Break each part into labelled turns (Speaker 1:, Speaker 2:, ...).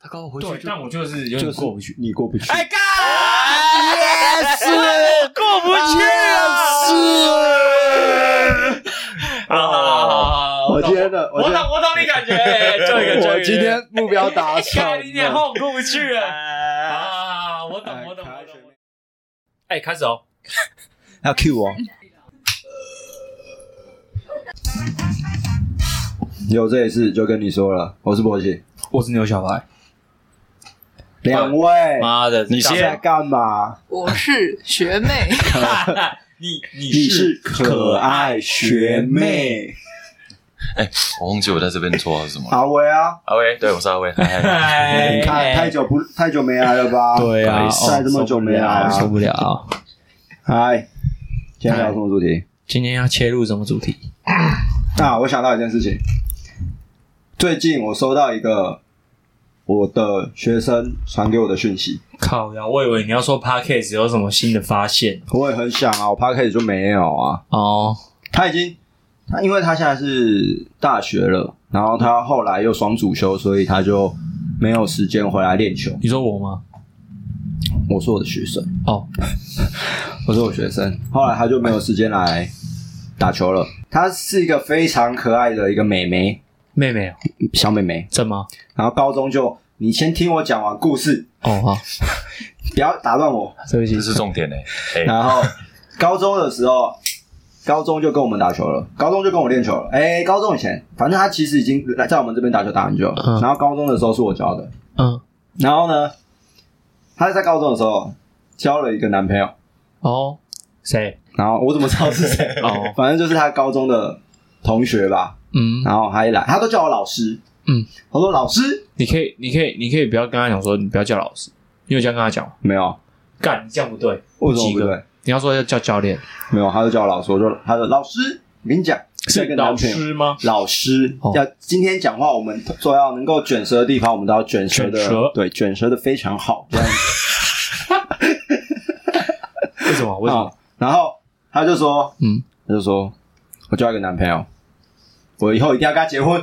Speaker 1: 他搞我回去
Speaker 2: 对，
Speaker 1: 就
Speaker 2: 但我就是有
Speaker 3: 就
Speaker 2: 点
Speaker 3: 是
Speaker 2: 过不去。
Speaker 3: 你过不去。
Speaker 2: 哎干，
Speaker 3: yes，
Speaker 2: 过不去啊！啊好好好好，
Speaker 3: 我
Speaker 2: 懂
Speaker 3: 今天的，
Speaker 2: 我
Speaker 3: 今天
Speaker 2: 懂我懂你感觉，哎这个这
Speaker 3: 我
Speaker 2: 个
Speaker 3: 今天目标达成
Speaker 2: 看
Speaker 3: 了。
Speaker 2: 你脸后过不去了。
Speaker 1: 哎
Speaker 2: 啊，我懂我懂我懂。哎，开始哦。
Speaker 3: 要 Q 我。有这一次就跟你说了，我是博奇，
Speaker 2: 我是牛小白。
Speaker 3: 两位
Speaker 2: 妈的，你
Speaker 3: 是在干嘛？
Speaker 4: 我是学妹，
Speaker 2: 你你
Speaker 3: 你是可爱学妹
Speaker 1: 我忘记我在这边绰号是什么了。
Speaker 3: 阿维啊，
Speaker 1: 阿威，对，我是阿威。嗨 嗨
Speaker 2: 哎
Speaker 3: 你看太久不太久没来了 吧？
Speaker 2: 对啊，
Speaker 3: 晒这么久没来啊
Speaker 2: 哦受不了受不了。
Speaker 3: 嗨，今天聊什么主题？
Speaker 2: 今天要切入什么主题？
Speaker 3: 啊，我想到一件事情，最近我收到一个我的学生传给我的讯息，
Speaker 2: 靠呀！我以为你要说 podcast 有什么新的发现
Speaker 3: 我也很想啊，我 p 开始就没有啊。
Speaker 2: 哦。
Speaker 3: 他已经，他因为他现在是大学了，然后他后来又双主修，所以他就没有时间回来练球。
Speaker 2: 你说我吗？
Speaker 3: 我是我的学生，
Speaker 2: 哦，
Speaker 3: 我是我学生，后来他就没有时间来打球了。她是一个非常可爱的一个美眉，
Speaker 2: 妹妹哦，
Speaker 3: 小美眉。
Speaker 2: 怎么？
Speaker 3: 然后高中就，你先听我讲完故事，
Speaker 2: 哦，好，
Speaker 3: 不要打断我。
Speaker 2: 对不起
Speaker 1: 这。是重点呢。哎，
Speaker 3: 然后高中的时候，高中就跟我们打球了，高中就跟我练球了。哎、高中以前，反正他其实已经来在我们这边打球打很久了。
Speaker 2: 嗯
Speaker 3: 然后高中的时候是我教的，
Speaker 2: 嗯，
Speaker 3: 然后呢，她在高中的时候交了一个男朋友，
Speaker 2: 哦，谁？
Speaker 3: 然后我怎么知道是谁？
Speaker 2: 哦，
Speaker 3: 反正就是她高中的同学吧。
Speaker 2: 嗯，
Speaker 3: 然后她一来，她都叫我老师。
Speaker 2: 嗯，
Speaker 3: 我说老师
Speaker 2: 你可以，你可以，你可以不要跟他讲说，你不要叫老师，你有这样跟他讲吗？
Speaker 3: 没有，
Speaker 2: 干，你这样不对。
Speaker 3: 为什么不
Speaker 2: 几
Speaker 3: 对
Speaker 2: 个？你要说要叫教练，
Speaker 3: 没有，她就叫我老师。我说她说老师，我跟你讲，这个男朋友。
Speaker 2: 吗？
Speaker 3: 老师、
Speaker 2: 哦
Speaker 3: 要今天讲话，我们说要能够卷舌的地方，我们都要卷舌的，
Speaker 2: 卷舌
Speaker 3: 对，卷舌的非常好。这样
Speaker 2: 为什么？为什
Speaker 3: 啊
Speaker 2: 么？
Speaker 3: 然后他就说，
Speaker 2: 哦嗯，
Speaker 3: 他就说，我交一个男朋友，我以后一定要跟他结婚。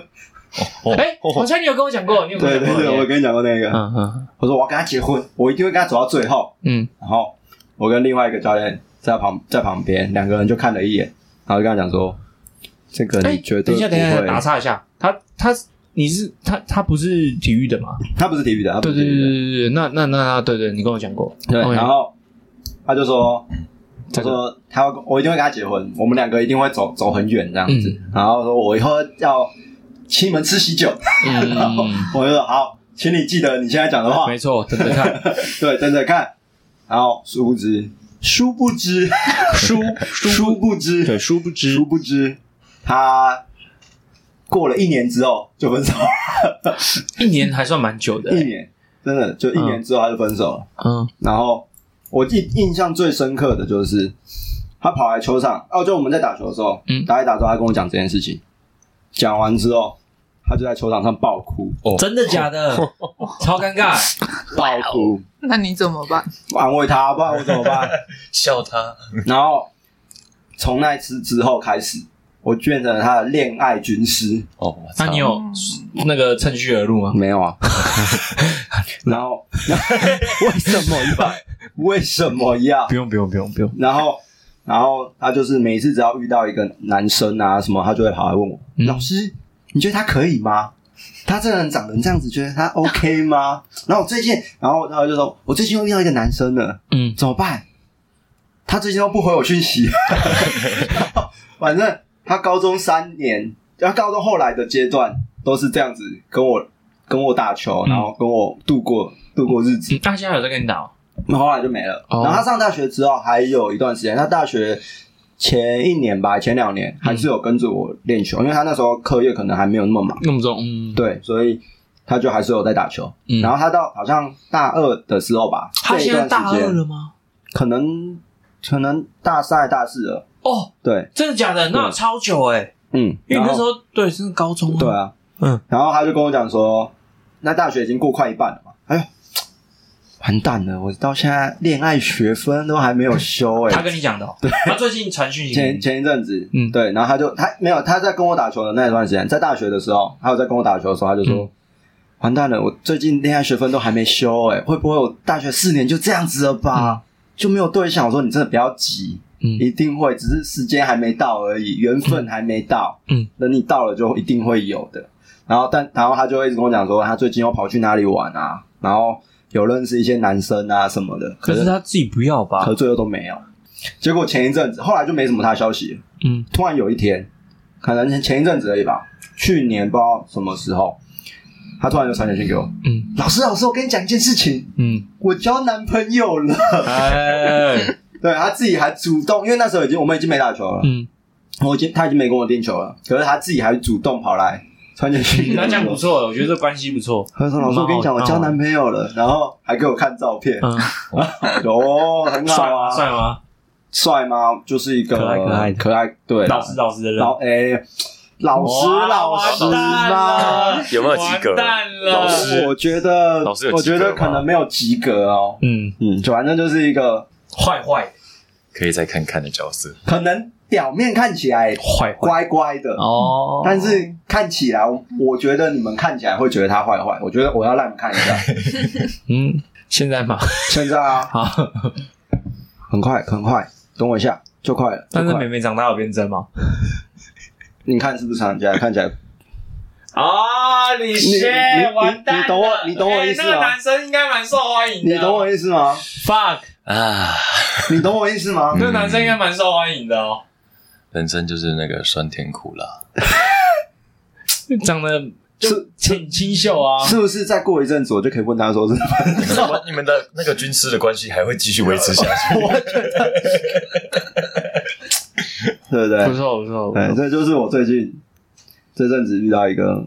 Speaker 2: 哎，好像你有跟我讲过，你有跟我
Speaker 3: 哦对
Speaker 2: 讲
Speaker 3: 对
Speaker 2: 过。
Speaker 3: 对，我跟你讲过那个，
Speaker 2: 嗯嗯
Speaker 3: 我说我要跟他结婚，我一定会跟他走到最后。
Speaker 2: 嗯，
Speaker 3: 然后我跟另外一个教练在旁在旁边，两个人就看了一眼，然后就跟他讲说，这个
Speaker 2: 哎
Speaker 3: 你绝
Speaker 2: 等
Speaker 3: 对
Speaker 2: 一
Speaker 3: 不
Speaker 2: 下，等一下，打
Speaker 3: 会。
Speaker 2: 岔一下，他他你是他他不是体育的吗？
Speaker 3: 他不是体育的，他不
Speaker 2: 对
Speaker 3: 是
Speaker 2: 对
Speaker 3: 体
Speaker 2: 对
Speaker 3: 育的。
Speaker 2: 对对，那那那那对对，你跟我讲过，
Speaker 3: 对，
Speaker 2: OK
Speaker 3: 然后他就说，
Speaker 2: 这
Speaker 3: 他
Speaker 2: 个
Speaker 3: 说他要跟我一定会跟他结婚，我们两个一定会走走很远这样子。然后说我以后要请你们吃喜酒，然后
Speaker 2: 嗯，
Speaker 3: 我就说 好，请你记得你现在讲的话
Speaker 2: 没，错，等等看，
Speaker 3: 对，等等看。然后殊不知，殊不知，
Speaker 2: 殊
Speaker 3: 殊不知，
Speaker 2: 殊不
Speaker 3: 殊不知，他过了一年之后就分手了，
Speaker 2: 一年还算蛮久的
Speaker 3: 一
Speaker 2: 欸，
Speaker 3: 年真的就一年之后他就分手了。
Speaker 2: 嗯
Speaker 3: 然后我印印象最深刻的就是他跑来球场，哦，就我们在打球的时候，
Speaker 2: 嗯
Speaker 3: 打一打之后，他跟我讲这件事情，讲完之后，他就在球场上爆哭，
Speaker 2: 真的假 的？超尴尬，
Speaker 3: 爆哭，
Speaker 4: 那你怎么办？
Speaker 3: 安慰他，不然我怎么 办？
Speaker 1: 笑他。
Speaker 3: 然后从那一次之后开始，我变成了他的恋爱军师，
Speaker 1: 哦，我操
Speaker 2: 那你有那个趁虚而入吗？
Speaker 3: 没有啊，然后 为什么要？为什么要？
Speaker 2: 用不用不用不用，
Speaker 3: 然后，然后他就是每次只要遇到一个男生啊什么，他就会跑来问我：“
Speaker 2: 嗯
Speaker 3: 老师，你觉得他可以吗？他这个人长成这样子，觉得他 OK 吗？”然后我最近，然后然后就说：“我最近又遇到一个男生了，
Speaker 2: 嗯，
Speaker 3: 怎么办？他最近都不回我讯息。 然后反正他高中三年，然后高中后来的阶段都是这样子跟我跟我打球，
Speaker 2: 嗯
Speaker 3: 然后跟我度过度过日子。
Speaker 2: 嗯那现在有在跟你打哦？
Speaker 3: 那后来就没了。
Speaker 2: 哦
Speaker 3: 然后他上大学之后还有一段时间，他大学前一年吧，前两年还是有跟着我练球，因为他那时候课业可能还没有那么忙，
Speaker 2: 那么重，嗯，
Speaker 3: 对，所以他就还是有在打球。
Speaker 2: 嗯
Speaker 3: 然后他到好像大二的时候吧，
Speaker 2: 他
Speaker 3: 这一
Speaker 2: 现在
Speaker 3: 段
Speaker 2: 大
Speaker 3: 时
Speaker 2: 二
Speaker 3: 间
Speaker 2: 了吗？
Speaker 3: 可能可能大三大四了，
Speaker 2: 哦，
Speaker 3: 对，
Speaker 2: 真的假的？那超久哎，
Speaker 3: 嗯，
Speaker 2: 因为那
Speaker 3: 然后
Speaker 2: 时候对，是高中啊
Speaker 3: 对啊，
Speaker 2: 嗯，
Speaker 3: 然后他就跟我讲说，那大学已经过快一半了嘛，哎呦。完蛋了！我到现在恋爱学分都还没有修哎、
Speaker 2: 他跟你讲的哦，他最近传讯息给
Speaker 3: 前
Speaker 2: 你，
Speaker 3: 前一阵子，
Speaker 2: 嗯
Speaker 3: 对，
Speaker 2: 嗯
Speaker 3: 然后他就他没有他在跟我打球的那一段时间，在大学的时候，还有在跟我打球的时候，他就说、完蛋了，我最近恋爱学分都还没修、欸，哎，会不会我大学四年就这样子了吧？就没有对象？我说你真的不要急，
Speaker 2: 嗯
Speaker 3: 一定会，只是时间还没到而已，缘分还没到。
Speaker 2: 嗯，
Speaker 3: 等你到了就一定会有的。然后但然后他就会一直跟我讲说，他最近又跑去哪里玩啊，然后有认识一些男生啊什么的，
Speaker 2: 可是他自己不要吧
Speaker 3: 可？最后都没有。结果前一阵子，后来就没什么他的消息了。
Speaker 2: 嗯
Speaker 3: 突然有一天，可能前一阵子而已吧，去年不知道什么时候，他突然就传简讯给我，
Speaker 2: 嗯
Speaker 3: 老师，老师，我跟你讲一件事情，
Speaker 2: 嗯，
Speaker 3: 我交男朋友了。
Speaker 2: 哎，
Speaker 3: 对他自己还主动，因为那时候已经我们已经没打球了，
Speaker 2: 嗯，
Speaker 3: 我已经他已经没跟我练球了，可是他自己还主动跑来传简讯给
Speaker 2: 那这样不
Speaker 3: 我。
Speaker 2: 错，我觉得这关系不错。
Speaker 3: 他说：“老师，我跟你讲，我交男朋友了，然后还给我看照片，
Speaker 2: 嗯，
Speaker 3: 我说哦，很好
Speaker 2: 帅吗？
Speaker 3: 啊，
Speaker 2: 帅吗？
Speaker 3: 帅吗？就是一个
Speaker 2: 可爱可爱的
Speaker 3: 可爱，对，
Speaker 2: 老师老师的人，
Speaker 3: 老哎，老师
Speaker 2: 哇
Speaker 3: 老师
Speaker 2: 完蛋
Speaker 3: 啦，
Speaker 2: 了
Speaker 1: 有没有及格
Speaker 2: 完蛋了
Speaker 1: 老师
Speaker 3: 我觉得，
Speaker 1: 老师有
Speaker 3: 我
Speaker 1: 及格
Speaker 3: 觉
Speaker 1: 吗
Speaker 3: 得可能没有及格哦。
Speaker 2: 嗯，
Speaker 3: 嗯，就反正就是一个
Speaker 2: 坏坏
Speaker 1: 可以再看看的角色，
Speaker 3: 可能表面看起来
Speaker 2: 坏坏
Speaker 3: 乖乖的，
Speaker 2: 哦
Speaker 3: 但是看起来，我觉得你们看起来会觉得他坏坏。我觉得我要让你们看一下，
Speaker 2: 嗯，现在嘛，
Speaker 3: 现在啊，
Speaker 2: 好，
Speaker 3: 很快，很快，等我一下，就快了，
Speaker 2: 但
Speaker 3: 就是快
Speaker 2: 妹
Speaker 3: 了。
Speaker 2: 妹长大有变真吗？
Speaker 3: 你看是不是看起来看起 来？
Speaker 2: 啊，李
Speaker 3: 你
Speaker 2: 现
Speaker 3: 你，
Speaker 2: 完蛋了
Speaker 3: 你懂我你懂我
Speaker 2: 哎
Speaker 3: 意思吗
Speaker 2: 那个男生应该蛮受欢迎的，哦
Speaker 3: 你懂我意思吗？
Speaker 2: ？fuck，
Speaker 1: 啊，
Speaker 3: 你懂我意思吗？
Speaker 2: 那个男生应该蛮受欢迎的哦，
Speaker 1: 人生就是那个酸甜苦辣，
Speaker 2: 长得
Speaker 3: 是
Speaker 2: 挺清秀啊
Speaker 3: 是不是再过一阵子我就可以问他说是？
Speaker 1: 你 们你们的那个军师的关系还会继续维持下 去？
Speaker 3: 对不对？
Speaker 2: 不错不错，不
Speaker 3: 对，
Speaker 2: 错
Speaker 3: 这就是我最近这阵子遇到一个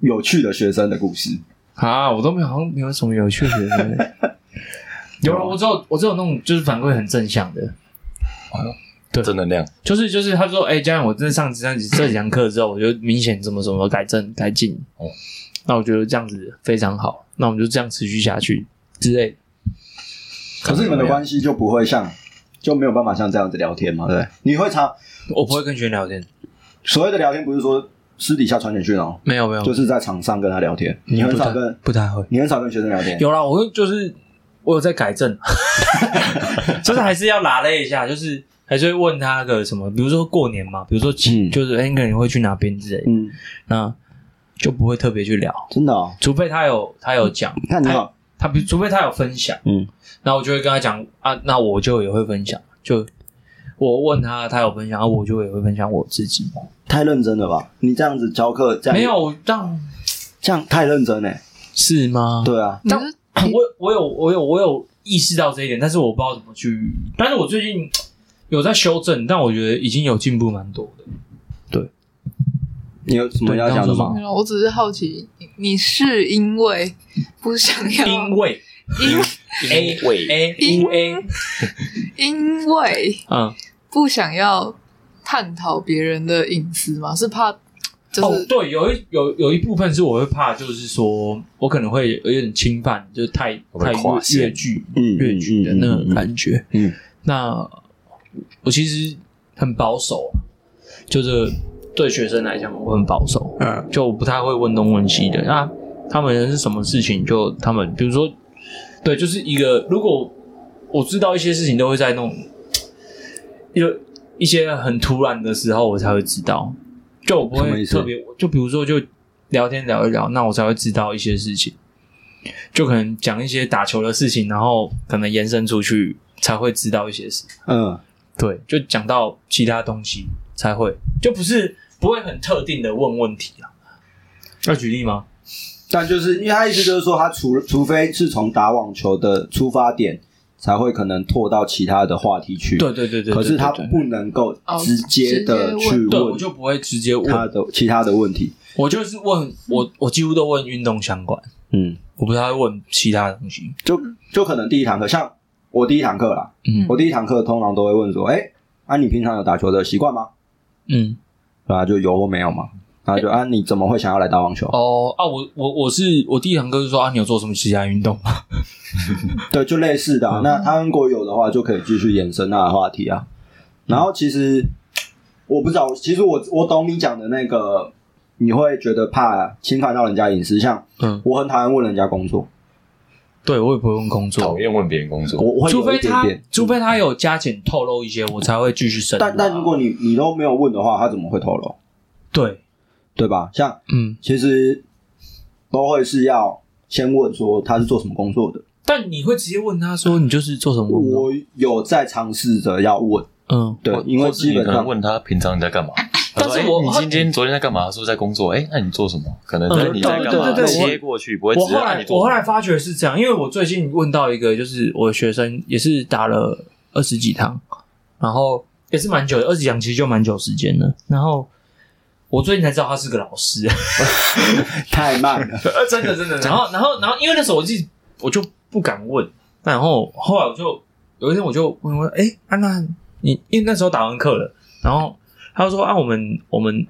Speaker 3: 有趣的学生的故事。
Speaker 2: 啊，我都没有，好像没有什么有趣的学生。有啊了，我只有我只有那种就是反馈很正向的，
Speaker 1: 正能量，
Speaker 2: 就是就是他说，哎、佳颖，我真的上这这几堂课之后，我就明显怎么怎么改正改进，
Speaker 1: 哦
Speaker 2: 那我觉得这样子非常好，那我们就这样持续下去之类的。
Speaker 3: 可是你们的关系就不会像，就没有办法像这样子聊天嘛？对不对，你会常
Speaker 2: 我不会跟学员聊天，
Speaker 3: 所谓的聊天，不是说私底下传简讯哦，
Speaker 2: 没有没有，
Speaker 3: 就是在场上跟他聊天。你很
Speaker 2: 不
Speaker 3: 少
Speaker 2: 太
Speaker 3: 跟
Speaker 2: 不太会。
Speaker 3: 你很少跟学生聊天，
Speaker 2: 有啦，我就是我有在改 正，就是还是要拉了一下，就是还是会问他那个什么，比如说过年嘛，比如说
Speaker 3: 嗯
Speaker 2: 就是哎，你可能会去哪边之类的，
Speaker 3: 嗯，
Speaker 2: 那就不会特别去聊，
Speaker 3: 真的哦。
Speaker 2: 除非他有他有讲，
Speaker 3: 看你好，
Speaker 2: 他比除非他有分享，
Speaker 3: 嗯，
Speaker 2: 那我就会跟他讲啊，那我就也会分享，就我问他，他有分享，啊我就也会分享我自己，
Speaker 3: 太认真了吧？你这样子教课，这样
Speaker 2: 没有让
Speaker 3: 这样太认真嘞。
Speaker 2: 是吗？
Speaker 3: 对啊，
Speaker 4: 你是
Speaker 2: 我我有我有我有意识到这一点，但是我不知道怎么去。但是我最近有在修正，但我觉得已经有进步蛮多的。
Speaker 3: 你有什么要讲的吗
Speaker 4: 没？有我只是好奇，你你是因为不想要，
Speaker 2: 因为
Speaker 4: 因
Speaker 2: A
Speaker 1: 为
Speaker 2: A
Speaker 4: 因
Speaker 2: U A，
Speaker 4: 因为
Speaker 2: 嗯，
Speaker 4: 不想要探讨别人的隐私吗？是怕就
Speaker 2: 哦
Speaker 4: 是，
Speaker 2: 对，有一有有一部分是我会怕，就是说我可能会有点侵犯，就是太
Speaker 1: 会
Speaker 2: 太
Speaker 1: 不会跨
Speaker 2: 越
Speaker 1: 线
Speaker 2: 越剧
Speaker 3: 嗯
Speaker 2: 越剧的那种感觉。
Speaker 3: 嗯嗯嗯嗯
Speaker 2: 那我其实很保守啊，就是对学生来讲我很保守，
Speaker 3: 嗯
Speaker 2: 就不太会问东问西的。那他们是什么事情就他们，比如说，对，就是一个如果我知道一些事情都会在那种有一些很突然的时候我才会知道，就我不
Speaker 3: 什么
Speaker 2: 会
Speaker 3: 意思
Speaker 2: 特别，就比如说就聊天聊一聊，那我才会知道一些事情。就可能讲一些打球的事情，然后可能延伸出去才会知道一些事。
Speaker 3: 嗯，
Speaker 2: 对，就讲到其他东西才会，就不是不会很特定的问问题啊。要举例吗？
Speaker 3: 但就是因为他意思就是说，他除除非是从打网球的出发点，才会可能拓到其他的话题去。
Speaker 2: 对对对对，
Speaker 3: 可是他
Speaker 2: 对对
Speaker 3: 不能够
Speaker 4: 哦
Speaker 3: 直接的去
Speaker 4: 直
Speaker 2: 对我
Speaker 3: 问
Speaker 2: 就不会直接
Speaker 3: 他
Speaker 2: 问，
Speaker 3: 的其他的问题。
Speaker 2: 我就是问我我几乎都问运动相关，
Speaker 3: 嗯，
Speaker 2: 我不太会问其他东西。
Speaker 3: 就就可能第一堂课，像我第一堂课啦，
Speaker 2: 嗯
Speaker 3: 我第一堂课通常都会问说，哎、啊你平常有打球的习惯吗？
Speaker 2: 嗯，
Speaker 3: 然后就有或没有嘛，然后就啊你怎么会想要来打网球？
Speaker 2: 哦啊，我我我是我第一堂课就说啊，你有做什么其他运动吗？
Speaker 3: 对，就类似的
Speaker 1: 嗯
Speaker 3: 啊、那他如果有的话，就可以继续延伸那个话题啊。然后其实我不知道，其实我我懂你讲的那个你会觉得怕侵犯到人家隐私。像
Speaker 2: 嗯，
Speaker 3: 我很讨厌问人家工作，
Speaker 2: 对我也不用工作
Speaker 1: 讨，厌问别人工
Speaker 3: 我
Speaker 1: 作，
Speaker 3: 我会
Speaker 2: 除
Speaker 3: 有
Speaker 2: 非
Speaker 3: 一点
Speaker 2: 他
Speaker 3: 点。
Speaker 1: 啊
Speaker 2: 除非他有加减透露一些，我才会继续深入啊。
Speaker 3: 但但如果你你都没有问的话，他怎么会透露？
Speaker 2: 对，
Speaker 3: 对吧？像
Speaker 2: 嗯，
Speaker 3: 其实都会是要先问说他是做什么工作的。
Speaker 2: 但你会直接问他说你就是做什么工作？
Speaker 3: 我有在尝试着要问，
Speaker 2: 嗯，
Speaker 3: 对
Speaker 1: 或，
Speaker 3: 因为
Speaker 1: 或是
Speaker 3: 基
Speaker 1: 你
Speaker 3: 本
Speaker 1: 可能
Speaker 3: 上
Speaker 1: 问他平常你在干嘛。
Speaker 2: 但是
Speaker 1: 他说哎
Speaker 2: 啊我
Speaker 1: 你今天昨天在干嘛？是不是在工作？哎，那你做什么？可能
Speaker 2: 嗯
Speaker 1: 在你在干嘛？
Speaker 3: 对对对对我
Speaker 1: 切过去不会直
Speaker 2: 我
Speaker 1: 接
Speaker 2: 后
Speaker 1: 按你
Speaker 2: 来
Speaker 1: 做
Speaker 2: 我
Speaker 1: 什么。
Speaker 2: 后来发觉是这样，因为我最近问到一个，就是我学生也是打了二十几堂，然后也是蛮久的，二十几堂其实就蛮久时间了。然后我最近才知道他是个老师，
Speaker 3: 太 慢了，
Speaker 2: 真的真的。然后然后然后因为那时候我自己我就不敢问，然后后来我就有一天我就问我哎安娜，你因为那时候打完课了，然后他就说啊我们我们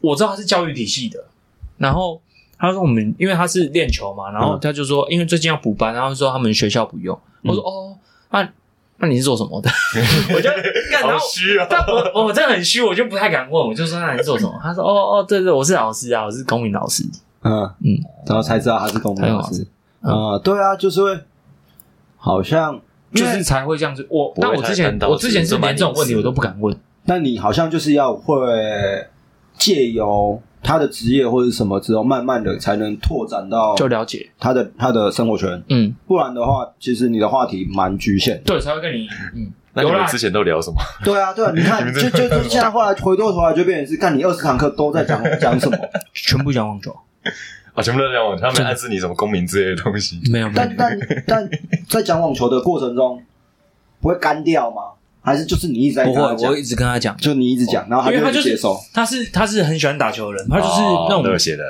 Speaker 2: 我知道他是教育体系的，然后他说我们因为他是练球嘛，然后他就说因为最近要补班，然后说他们学校不用，我说哦那那你是做什 么的？我就干然
Speaker 1: 好
Speaker 2: 后。
Speaker 1: 虚 啊！
Speaker 2: 但我我真的很虚，我就不太敢问，我就说那你做什么？他说哦哦，对对，我是老师啊，我是公民老师。
Speaker 3: 嗯
Speaker 2: 嗯，
Speaker 3: 然后才知道他是公民老师。
Speaker 2: 嗯
Speaker 3: 啊、对啊，就是会好像
Speaker 2: 就
Speaker 3: 因
Speaker 2: 是
Speaker 3: 为
Speaker 2: 才会这样子。我
Speaker 1: 不会
Speaker 2: 但我
Speaker 1: 太
Speaker 2: 之前
Speaker 1: 单刀
Speaker 2: 我之前是
Speaker 1: 直入
Speaker 2: 连这种问题
Speaker 1: 这蛮隐私的
Speaker 2: 我都不敢问。
Speaker 3: 那你好像就是要会借由他的职业或者什么之后，慢慢的才能拓展到
Speaker 2: 就了解，
Speaker 3: 他的他的生活圈，
Speaker 2: 哦嗯，
Speaker 3: 不然的话，其实你的话题蛮局限。
Speaker 2: 对，才会跟你，嗯，
Speaker 1: 那
Speaker 2: 有
Speaker 1: 你
Speaker 2: 啦
Speaker 1: 们之前都聊什么？
Speaker 3: 对啊，对啊，你看，就就就现在后来回过头来就变成是，看你二十堂课都在讲 讲什么，
Speaker 2: 全部讲网球，
Speaker 1: 啊，全部都在聊我，他们暗示你什么公民之类的东西。
Speaker 2: 没有，没有
Speaker 3: 但，但但在讲网球的过程中，不会干掉吗？还是就是你一直在
Speaker 2: 不
Speaker 3: 跟
Speaker 2: 会，
Speaker 3: 他
Speaker 2: 我
Speaker 3: 讲
Speaker 2: 会，一直跟他讲，
Speaker 3: 就你一直讲，然后
Speaker 2: 因为
Speaker 3: 就
Speaker 2: 他
Speaker 3: 会
Speaker 2: 就是
Speaker 3: 接受。
Speaker 2: 他是他是很喜欢打球的人，他就是
Speaker 1: 哦
Speaker 2: 那种
Speaker 1: 热血的，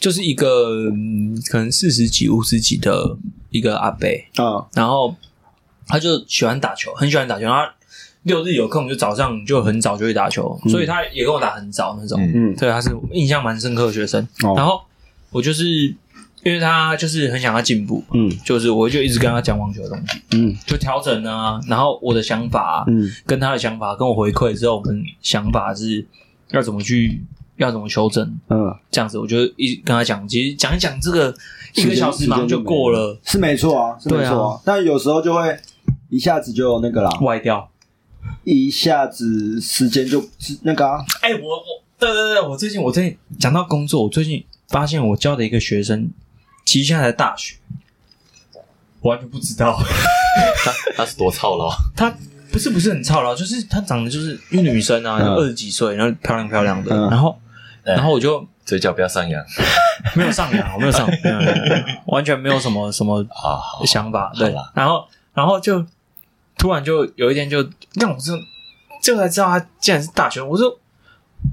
Speaker 2: 就是一个嗯可能四十几五十几的一个阿伯，
Speaker 3: 嗯，
Speaker 2: 然后他就喜欢打球，很喜欢打球，然后他六日有空就早上就很早就去打球，所以他也跟我打很早那种，
Speaker 1: 嗯
Speaker 3: 嗯
Speaker 2: 对，他是我印象蛮深刻的学生。
Speaker 3: 哦
Speaker 2: 然后我就是因为他就是很想要进步，
Speaker 3: 嗯
Speaker 2: 就是我就一直跟他讲网球的东西，
Speaker 3: 嗯
Speaker 2: 就调整啊，然后我的想法啊、
Speaker 3: 嗯
Speaker 2: 跟他的想法跟我回馈之后，我们想法是要怎么去要怎么修正，
Speaker 3: 嗯，
Speaker 2: 这样子我就一直跟他讲，其实讲一讲这个一
Speaker 3: 时
Speaker 2: 个
Speaker 3: 间
Speaker 2: 小时马上就过了，
Speaker 3: 是没错啊，是
Speaker 2: 对
Speaker 3: 没错、啊。但有时候就会一下子就那个啦，
Speaker 2: 歪掉。
Speaker 3: 一下子时间就那个啊，
Speaker 2: 哎、我我对对对，我最近我最近讲到工作，我最近发现我教的一个学生，其实现在在大学，我完全不知道。
Speaker 1: 他他是多操劳，
Speaker 2: 她不是不是很操劳，就是她长得就是因为女生啊，
Speaker 3: 嗯
Speaker 2: 二十几岁，然后漂亮漂亮的，
Speaker 3: 嗯
Speaker 2: 然后然后我就
Speaker 1: 嘴角不要上扬
Speaker 2: 没有上啊扬，我没有上扬，没有没有没有完全没有什么什么
Speaker 1: 啊！好
Speaker 2: 想法，对
Speaker 1: 好啦，
Speaker 2: 然后然后就突然就有一天就让我就就才知道她竟然是大学生，我说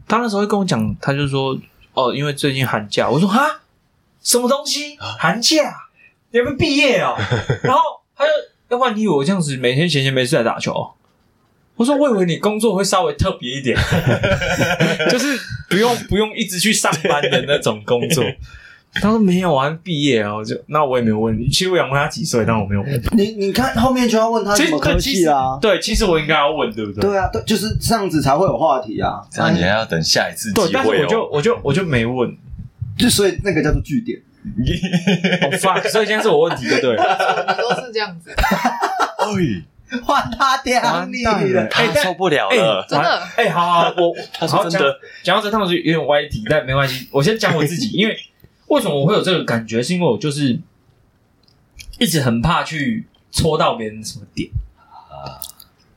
Speaker 2: 她那时候会跟我讲，她就说哦，因为最近寒假，我说哈什么东西寒假你还没毕业哦，然后她就要不然你以为我这样子每天闲闲没事来打球哦？我说，我以为你工作会稍微特别一点， 就是不用不用一直去上班的那种工作。他说没有啊，毕业啊，我就那我也没有问你。其实我想问他几岁，但我没有问。
Speaker 3: 你你看后面就要问他
Speaker 2: 其
Speaker 3: 什
Speaker 2: 实
Speaker 3: 么科
Speaker 2: 对，其
Speaker 3: 系
Speaker 2: 实
Speaker 3: 啊，
Speaker 2: 对，其实我应该要问，对不对？
Speaker 3: 对啊，对，就是这样子才会有话题啊。
Speaker 1: 这样你还要等下一次
Speaker 2: 对，
Speaker 1: 机
Speaker 2: 但是
Speaker 1: 会
Speaker 2: 我就
Speaker 1: 哦。
Speaker 2: 我就我就没问。
Speaker 3: 就所以那个叫做据点，
Speaker 2: 好、fuck，所以现在是我问题，对不 对？
Speaker 4: 你都是这样子，
Speaker 1: 哎，
Speaker 3: 换他 屌
Speaker 2: 完
Speaker 3: 你
Speaker 2: 蛋了
Speaker 3: 了。
Speaker 2: 哎
Speaker 1: 他受不了
Speaker 2: 哎、
Speaker 1: 了。
Speaker 4: 真的
Speaker 2: 完哎、好好，我
Speaker 1: 他
Speaker 2: 好
Speaker 1: 说真的，
Speaker 2: 讲讲到这，他们是有点歪题，但没关系。我先讲我 自己，因为为什么我会有这个感觉，是因为我就是一直很怕去戳到别人什么点。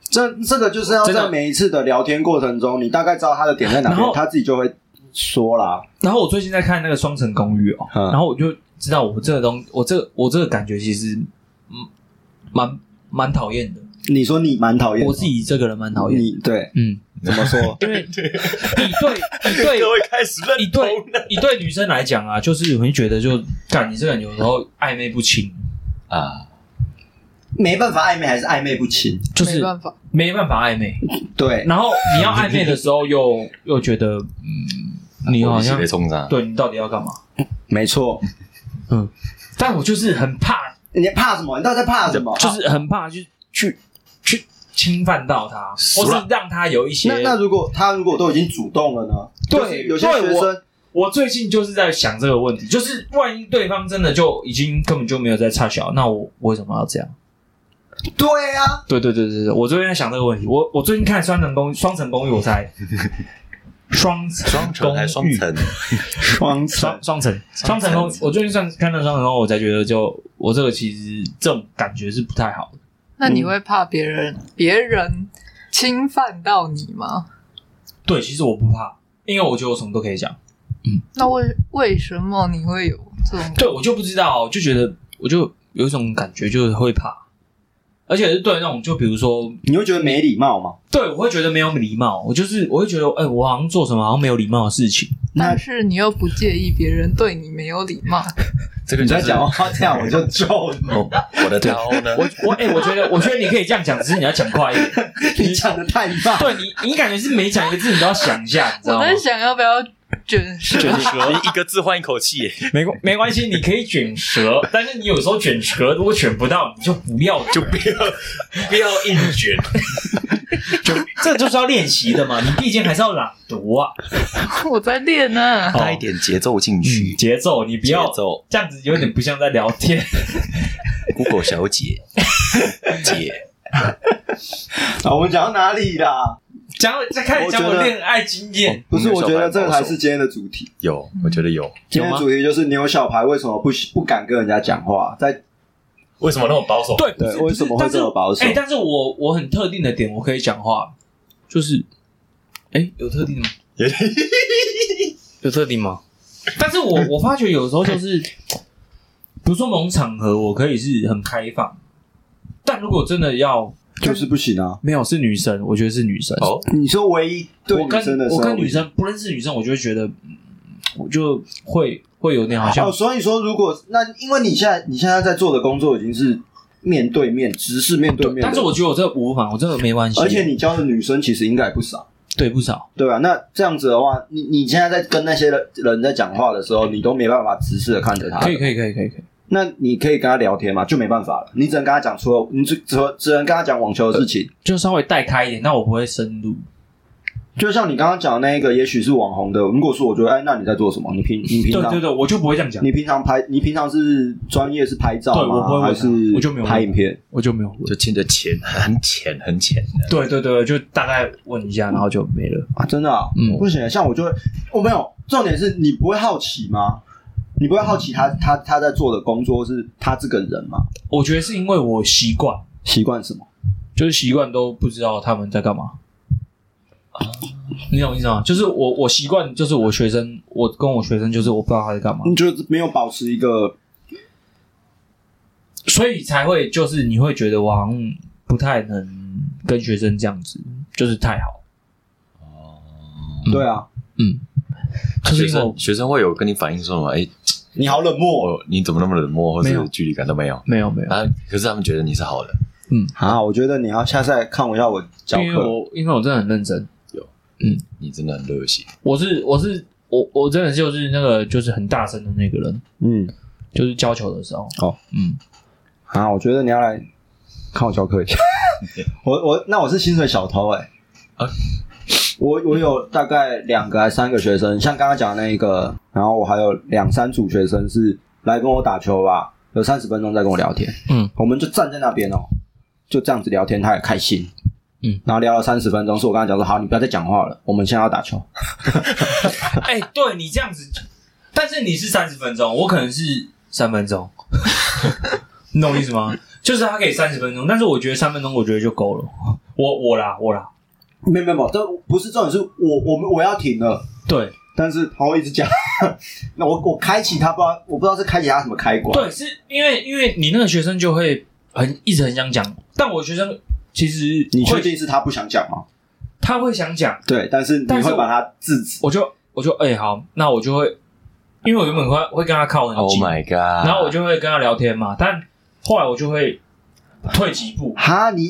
Speaker 3: 这这个就是要
Speaker 2: 真的
Speaker 3: 在每一次的聊天过程中，你大概知道他的点在哪
Speaker 2: 然
Speaker 3: 边
Speaker 2: 后，
Speaker 3: 他自己就会说啦。
Speaker 2: 然后我最近在看那个《双层公寓》哦，
Speaker 3: 嗯
Speaker 2: 然后我就知道我这个东，我这个我这个感觉其实，嗯，蛮蛮讨厌的。
Speaker 3: 你说你蛮讨厌的，
Speaker 2: 我自己这个人蛮讨厌的，
Speaker 3: 你对
Speaker 2: 嗯，
Speaker 3: 怎么说？
Speaker 2: 因为你对你对
Speaker 1: 各位开始
Speaker 2: 你对
Speaker 1: 认同了
Speaker 2: 你对女生来讲啊，就是会觉得就干你这个人有时候暧昧不清，
Speaker 1: 啊！
Speaker 3: 没办法暧昧还是暧昧不清，
Speaker 2: 就
Speaker 4: 没
Speaker 2: 是
Speaker 4: 办法，
Speaker 2: 没办法暧昧。
Speaker 3: 对，
Speaker 2: 然后你要暧昧的时候又又觉得，嗯，你好像
Speaker 1: 被冲上，
Speaker 2: 对你到底要干嘛？
Speaker 3: 没错。
Speaker 2: 但我就是很怕，
Speaker 3: 你怕什么？你到底在怕什么？
Speaker 2: 就是很怕去去去侵犯到他，
Speaker 1: 是啊
Speaker 2: 或是让他有一些
Speaker 3: 那那如果他如果都已经主动了呢？
Speaker 2: 对
Speaker 3: 就是有些
Speaker 2: 对
Speaker 3: 学生
Speaker 2: 我最近就是在想这个问题，就是万一对方真的就已经根本就没有在差小，那我为什么要这样？
Speaker 3: 对啊，
Speaker 2: 对对对对对，我最近在想这个问题。我我最近看《双层公寓》，《双层公寓》，我才双
Speaker 1: 双层还是
Speaker 2: 公
Speaker 1: 双
Speaker 2: 寓
Speaker 1: 层？
Speaker 3: 双
Speaker 2: 双双层双层公寓，我最近算看到双层公寓，我才觉得就我这个其实这种感觉是不太好的。
Speaker 4: 那你会怕别人、别人侵犯到你吗？
Speaker 2: 对，其实我不怕，因为我觉得我什么都可以讲。
Speaker 4: 那为为什么你会有这种？
Speaker 2: 对我就不知道，就觉得我就有一种感觉，就是会怕，而且是对那种就比如说
Speaker 3: 你会觉得没礼貌吗？
Speaker 2: 对，我会觉得没有礼貌，我就是我会觉得，哎、我好像做什么好像没有礼貌的事情。
Speaker 3: 那
Speaker 4: 但是你又不介意别人对你没有礼貌，
Speaker 1: 这个
Speaker 3: 你
Speaker 1: 就
Speaker 3: 在
Speaker 1: 是
Speaker 3: 讲话这样我就皱 你，
Speaker 1: 哦我的刀呢？
Speaker 2: 我我哎、我觉得我觉得你可以这样讲，只是你要讲快一 点。
Speaker 3: 你讲的太慢。
Speaker 2: 对你，你感觉是每讲一个字，你都要想一下，你知道
Speaker 4: 我
Speaker 2: 吗
Speaker 4: 在？想要不要卷舌。
Speaker 1: 你一个字换一口气耶，
Speaker 2: 没关没关系，你可以卷舌，但是你有时候卷舌如果卷不到，你就不要卷，
Speaker 1: 就不要不要硬卷。
Speaker 2: 这 就是要练习的嘛。你毕竟还是要朗读啊，
Speaker 4: 我在练啊呢、
Speaker 2: 哦
Speaker 1: 带一点节奏进去
Speaker 2: 嗯，节奏，你不
Speaker 1: 节
Speaker 2: 要
Speaker 1: 奏。
Speaker 2: 这样子，有点不像在聊天。
Speaker 1: Google 小姐，姐，
Speaker 3: 啊，我们讲到哪里啦？
Speaker 2: 讲我再开始讲
Speaker 3: 我觉
Speaker 2: 我
Speaker 3: 得
Speaker 2: 恋爱经验，
Speaker 3: 不是，
Speaker 1: 哦我
Speaker 3: 我
Speaker 1: 们
Speaker 3: 觉
Speaker 1: 没
Speaker 3: 得
Speaker 1: 有
Speaker 3: 这个才
Speaker 1: 小白保守
Speaker 3: 是今天的主题。
Speaker 1: 有，我觉得有。
Speaker 3: 今天的主题就是你有小牌为什么不不敢跟人家讲话？在
Speaker 1: 为什么那么保守？
Speaker 2: 对
Speaker 3: 对
Speaker 2: 不是
Speaker 3: 为什么会
Speaker 2: 不是但是
Speaker 3: 这么保守
Speaker 2: 哎、但是我我很特定的点，我可以讲话，就是，哎、有特定吗？有特定吗？但是我 我发觉有时候就是，比如说某种场合，我可以是很开放，但如果真的要
Speaker 3: 就是不行啊！
Speaker 2: 没有是女生，我觉得是女生。
Speaker 1: 哦，
Speaker 3: 你说唯一对
Speaker 2: 我
Speaker 3: 女生的
Speaker 2: 跟
Speaker 3: 时候
Speaker 2: 我跟女生不认识女生，我就会觉得，嗯我就会会有点好像
Speaker 3: 哦，所以说如果那因为你现在你现在在做的工作已经是面对面，直视面对面的，
Speaker 2: 但是我觉得我这个无妨，我这个没关系。
Speaker 3: 而且你教的女生其实应该也不少。
Speaker 2: 对不少，
Speaker 3: 对吧、那这样子的话，你你现在在跟那些人人在讲话的时候，你都没办法直视的看着他。
Speaker 2: 可以可以可以可以可以。
Speaker 3: 那你可以跟他聊天嘛？就没办法了，你只能跟他讲除了你只只只能跟他讲网球的事情。
Speaker 2: 就稍微带开一点，但我不会深入。
Speaker 3: 就像你刚刚讲的那一个，也许是网红的。如果说我觉得，哎，那你在做什么？你平你平
Speaker 2: 对
Speaker 3: 常
Speaker 2: 对对，我就不会这样讲，
Speaker 3: 你平常拍，你平常是专业是拍照
Speaker 2: 对我不会
Speaker 3: 吗？
Speaker 2: 问他
Speaker 3: 还是
Speaker 2: 我就没有问
Speaker 3: 拍影片？
Speaker 2: 我就没有问。
Speaker 1: 就听着浅，很浅，很浅的。
Speaker 2: 对对对，就大概问一下，然后就没了。
Speaker 3: 啊，真的啊，
Speaker 2: 嗯
Speaker 3: 不行，像我就会，我、没有。重点是你不会好奇吗？你不会好奇他他他在做的工作是他这个人吗？
Speaker 2: 我觉得是因为我习惯，
Speaker 3: 习惯什么？
Speaker 2: 就是习惯都不知道他们在干嘛。你懂我意思吗？就是我我习惯，就是我学生，我跟我学生就是我不知道他在干嘛，
Speaker 3: 你就是没有保持一个
Speaker 2: 所以才会就是你会觉得我好像不太能跟学生这样子，就是太好，嗯
Speaker 3: 对啊，
Speaker 2: 嗯，就是
Speaker 1: 哦学
Speaker 2: 因为我
Speaker 1: 生学生会有跟你反映说什么？哎，
Speaker 3: 你好冷漠哦
Speaker 1: 我你怎么那么冷漠，或
Speaker 2: 没有
Speaker 1: 是距离感都没有？
Speaker 2: 没有没有，
Speaker 1: 啊，可是他们觉得你是好的，
Speaker 3: 啊！我觉得你要下次来看我一下我教
Speaker 2: 因为
Speaker 3: 课，
Speaker 2: 我因为我真的很认真，
Speaker 1: 你真的很热心。
Speaker 2: 我是我是我我真的就是那个就是很大声的那个人，
Speaker 3: 嗯，
Speaker 2: 就是教球的时候。
Speaker 3: 哦，
Speaker 2: 嗯，
Speaker 3: 啊，我觉得你要来看我教课 一下。我我那我是薪水小偷哎、
Speaker 1: 啊
Speaker 3: 我我有大概两个还三个学生，像刚刚讲的那一个，然后我还有两三组学生是来跟我打球吧，有三十分钟在跟我聊天，
Speaker 2: 嗯，
Speaker 3: 我们就站在那边哦，就这样子聊天，他也开心。
Speaker 2: 嗯，
Speaker 3: 然后聊了三十分钟，是我跟他讲说，好，你不要再讲话了，我们现在要打球。
Speaker 2: 哎、对你这样子，但是你是三十分钟，我可能是三分钟， 你懂我意思吗？就是他可以三十分钟，但是我觉得三分钟我觉得就够了。我我啦我啦，
Speaker 3: 没有没有没有，这不是重点，是我我们我要停了，
Speaker 2: 对
Speaker 3: 但是他会一直讲， 那我我开启他不知道，我不知道是开启他什么开关。
Speaker 2: 对，是因为因为你那个学生就会很一直很想讲，但我学生其实
Speaker 3: 你确
Speaker 2: 会
Speaker 3: 定是他不想讲吗？
Speaker 2: 他会想讲，
Speaker 3: 对，但是你
Speaker 2: 但是
Speaker 3: 会
Speaker 2: 我
Speaker 3: 把他制止。
Speaker 2: 我就我就哎、好，那我就会，因为我原本会会跟他靠很近
Speaker 1: Oh my god！
Speaker 2: 然后我就会跟他聊天嘛，但后来我就会退几步，
Speaker 3: 哈，你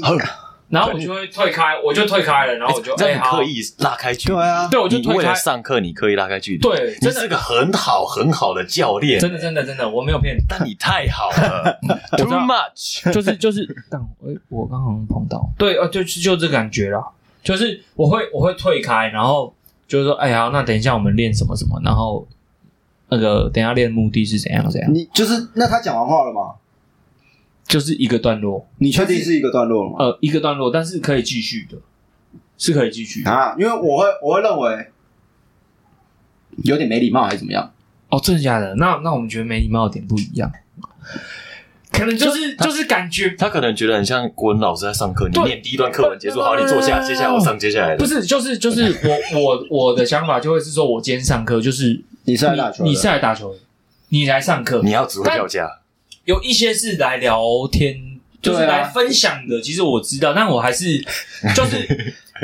Speaker 2: 然后我就会退开，我就退开了，然后我就
Speaker 1: 这
Speaker 2: 哎
Speaker 1: 样
Speaker 2: 好
Speaker 1: 刻，意拉开距
Speaker 3: 对
Speaker 1: 离，
Speaker 3: 啊，
Speaker 2: 对我就
Speaker 1: 你
Speaker 2: 退
Speaker 1: 为
Speaker 2: 开
Speaker 1: 了，上课你刻意拉开距离，，
Speaker 2: 对，
Speaker 1: 你
Speaker 2: 真
Speaker 1: 是
Speaker 2: 的
Speaker 1: 个很好很好的教 练，
Speaker 2: 真的真的真的，我没有 骗你，
Speaker 1: 但你太好 了
Speaker 2: 知
Speaker 1: ，too
Speaker 2: 道
Speaker 1: much。
Speaker 2: 就是就是，但我我刚好碰到，对啊，就是就这感觉啦，就是我会我会退开，然后就是说哎好，那等一下我们练什么什么，然后那个等一下练的目的是怎样怎样，
Speaker 3: 你就是那他讲完话了吗？
Speaker 2: 就是一个段落，
Speaker 3: 你确定是一个段落了吗？
Speaker 2: 呃，一个段落，但是可以继续的，是可以继续的。
Speaker 3: 啊，因为我会我会认为有点没礼貌还是怎么样？
Speaker 2: 哦，真的假的？那那我们觉得没礼貌的点不一样，可能就是就是感觉
Speaker 1: 他可能觉得很像国文老师在上课，你
Speaker 2: 对
Speaker 1: 念第一段课文结束，好，你坐下，接下来我上接下来的。
Speaker 2: 不是，就是就是我我 我的想法就会是说，我今天上课就是
Speaker 3: 你是来打球的
Speaker 2: 你，你是来打球的，你来上课
Speaker 1: 你，要只会叫价，
Speaker 2: 有一些是来聊天，就是
Speaker 3: 对啊
Speaker 2: 来分享的。其实我知道，但我还 是就是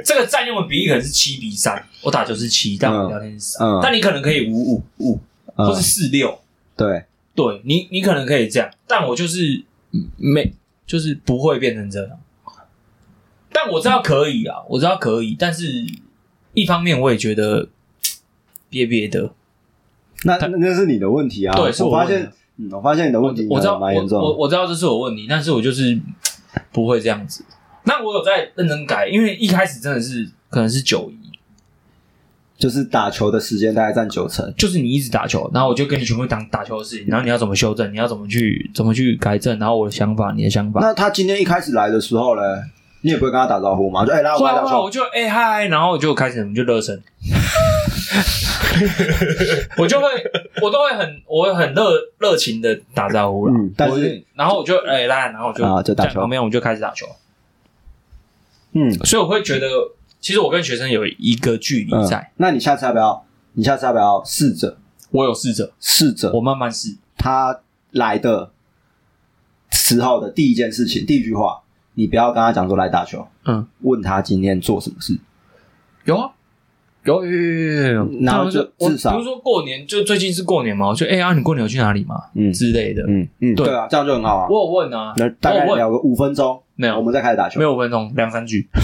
Speaker 2: 这个占用的比例可能是七比三，我打球是七，但我聊天是三、
Speaker 3: 嗯
Speaker 2: 但你可能可以五五五，
Speaker 3: 嗯
Speaker 2: 或是四六，
Speaker 3: 对，
Speaker 2: 对你你可能可以这样，但我就是嗯没就是不会变成这样。但我知道可以啊，我知道可以，但是一方面我也觉得憋憋的，
Speaker 3: 那那那是你的问题啊。
Speaker 2: 对，是
Speaker 3: 我
Speaker 2: 我
Speaker 3: 发
Speaker 2: 问的
Speaker 3: 现，嗯，我发现你的问题
Speaker 2: 我知道，
Speaker 3: 蛮
Speaker 2: 我
Speaker 3: 严重的。
Speaker 2: 我我知道这是我问题，但是我就是不会这样子。那我有在认真改，因为一开始真的是可能是九一，
Speaker 3: 就是打球的时间大概占九成。
Speaker 2: 就是你一直打球，然后我就跟你全部讲打球的事情，然后你要怎么修正，你要怎么去怎么去改正，然后我的想法，你的想法。
Speaker 3: 那他今天一开始来的时候嘞，你也不会跟他打招呼吗？就哎、来我
Speaker 2: 后
Speaker 3: 们
Speaker 2: 来
Speaker 3: 来打
Speaker 2: 后来
Speaker 3: 球
Speaker 2: 我。就哎嗨、然后我就开始我们就热身，我就会我都会很我会很热热情的打招呼了，
Speaker 3: 嗯但是
Speaker 2: 啊我就然后我就哎来，然后我就
Speaker 3: 啊就打球
Speaker 2: 站旁边我就开始打球，
Speaker 3: 嗯，
Speaker 2: 所以我会觉得，其实我跟学生有一个距离在，
Speaker 3: 嗯那你下次要不要？你下次要不要试着
Speaker 2: 我有试着，
Speaker 3: 试着
Speaker 2: 我慢慢试。
Speaker 3: 他来的时候的第一件事情，第一句话，你不要跟他讲说来打球，
Speaker 2: 嗯，
Speaker 3: 问他今天做什么事。
Speaker 2: 有啊，有有有有有有。
Speaker 3: 嗯然后就
Speaker 2: 我
Speaker 3: 至少
Speaker 2: 比如说过年，就最近是过年嘛，我就哎呀、啊你过年有去哪里嘛
Speaker 3: 嗯
Speaker 2: 之类的。
Speaker 3: 嗯嗯，
Speaker 2: 对
Speaker 3: 对啊，这样就很好啊。
Speaker 2: 我有问啊，
Speaker 3: 那大概
Speaker 2: 我有
Speaker 3: 聊
Speaker 2: 问，
Speaker 3: 个五分钟，
Speaker 2: 没有
Speaker 3: 我们再开始打球。
Speaker 2: 没有五分钟，两三句。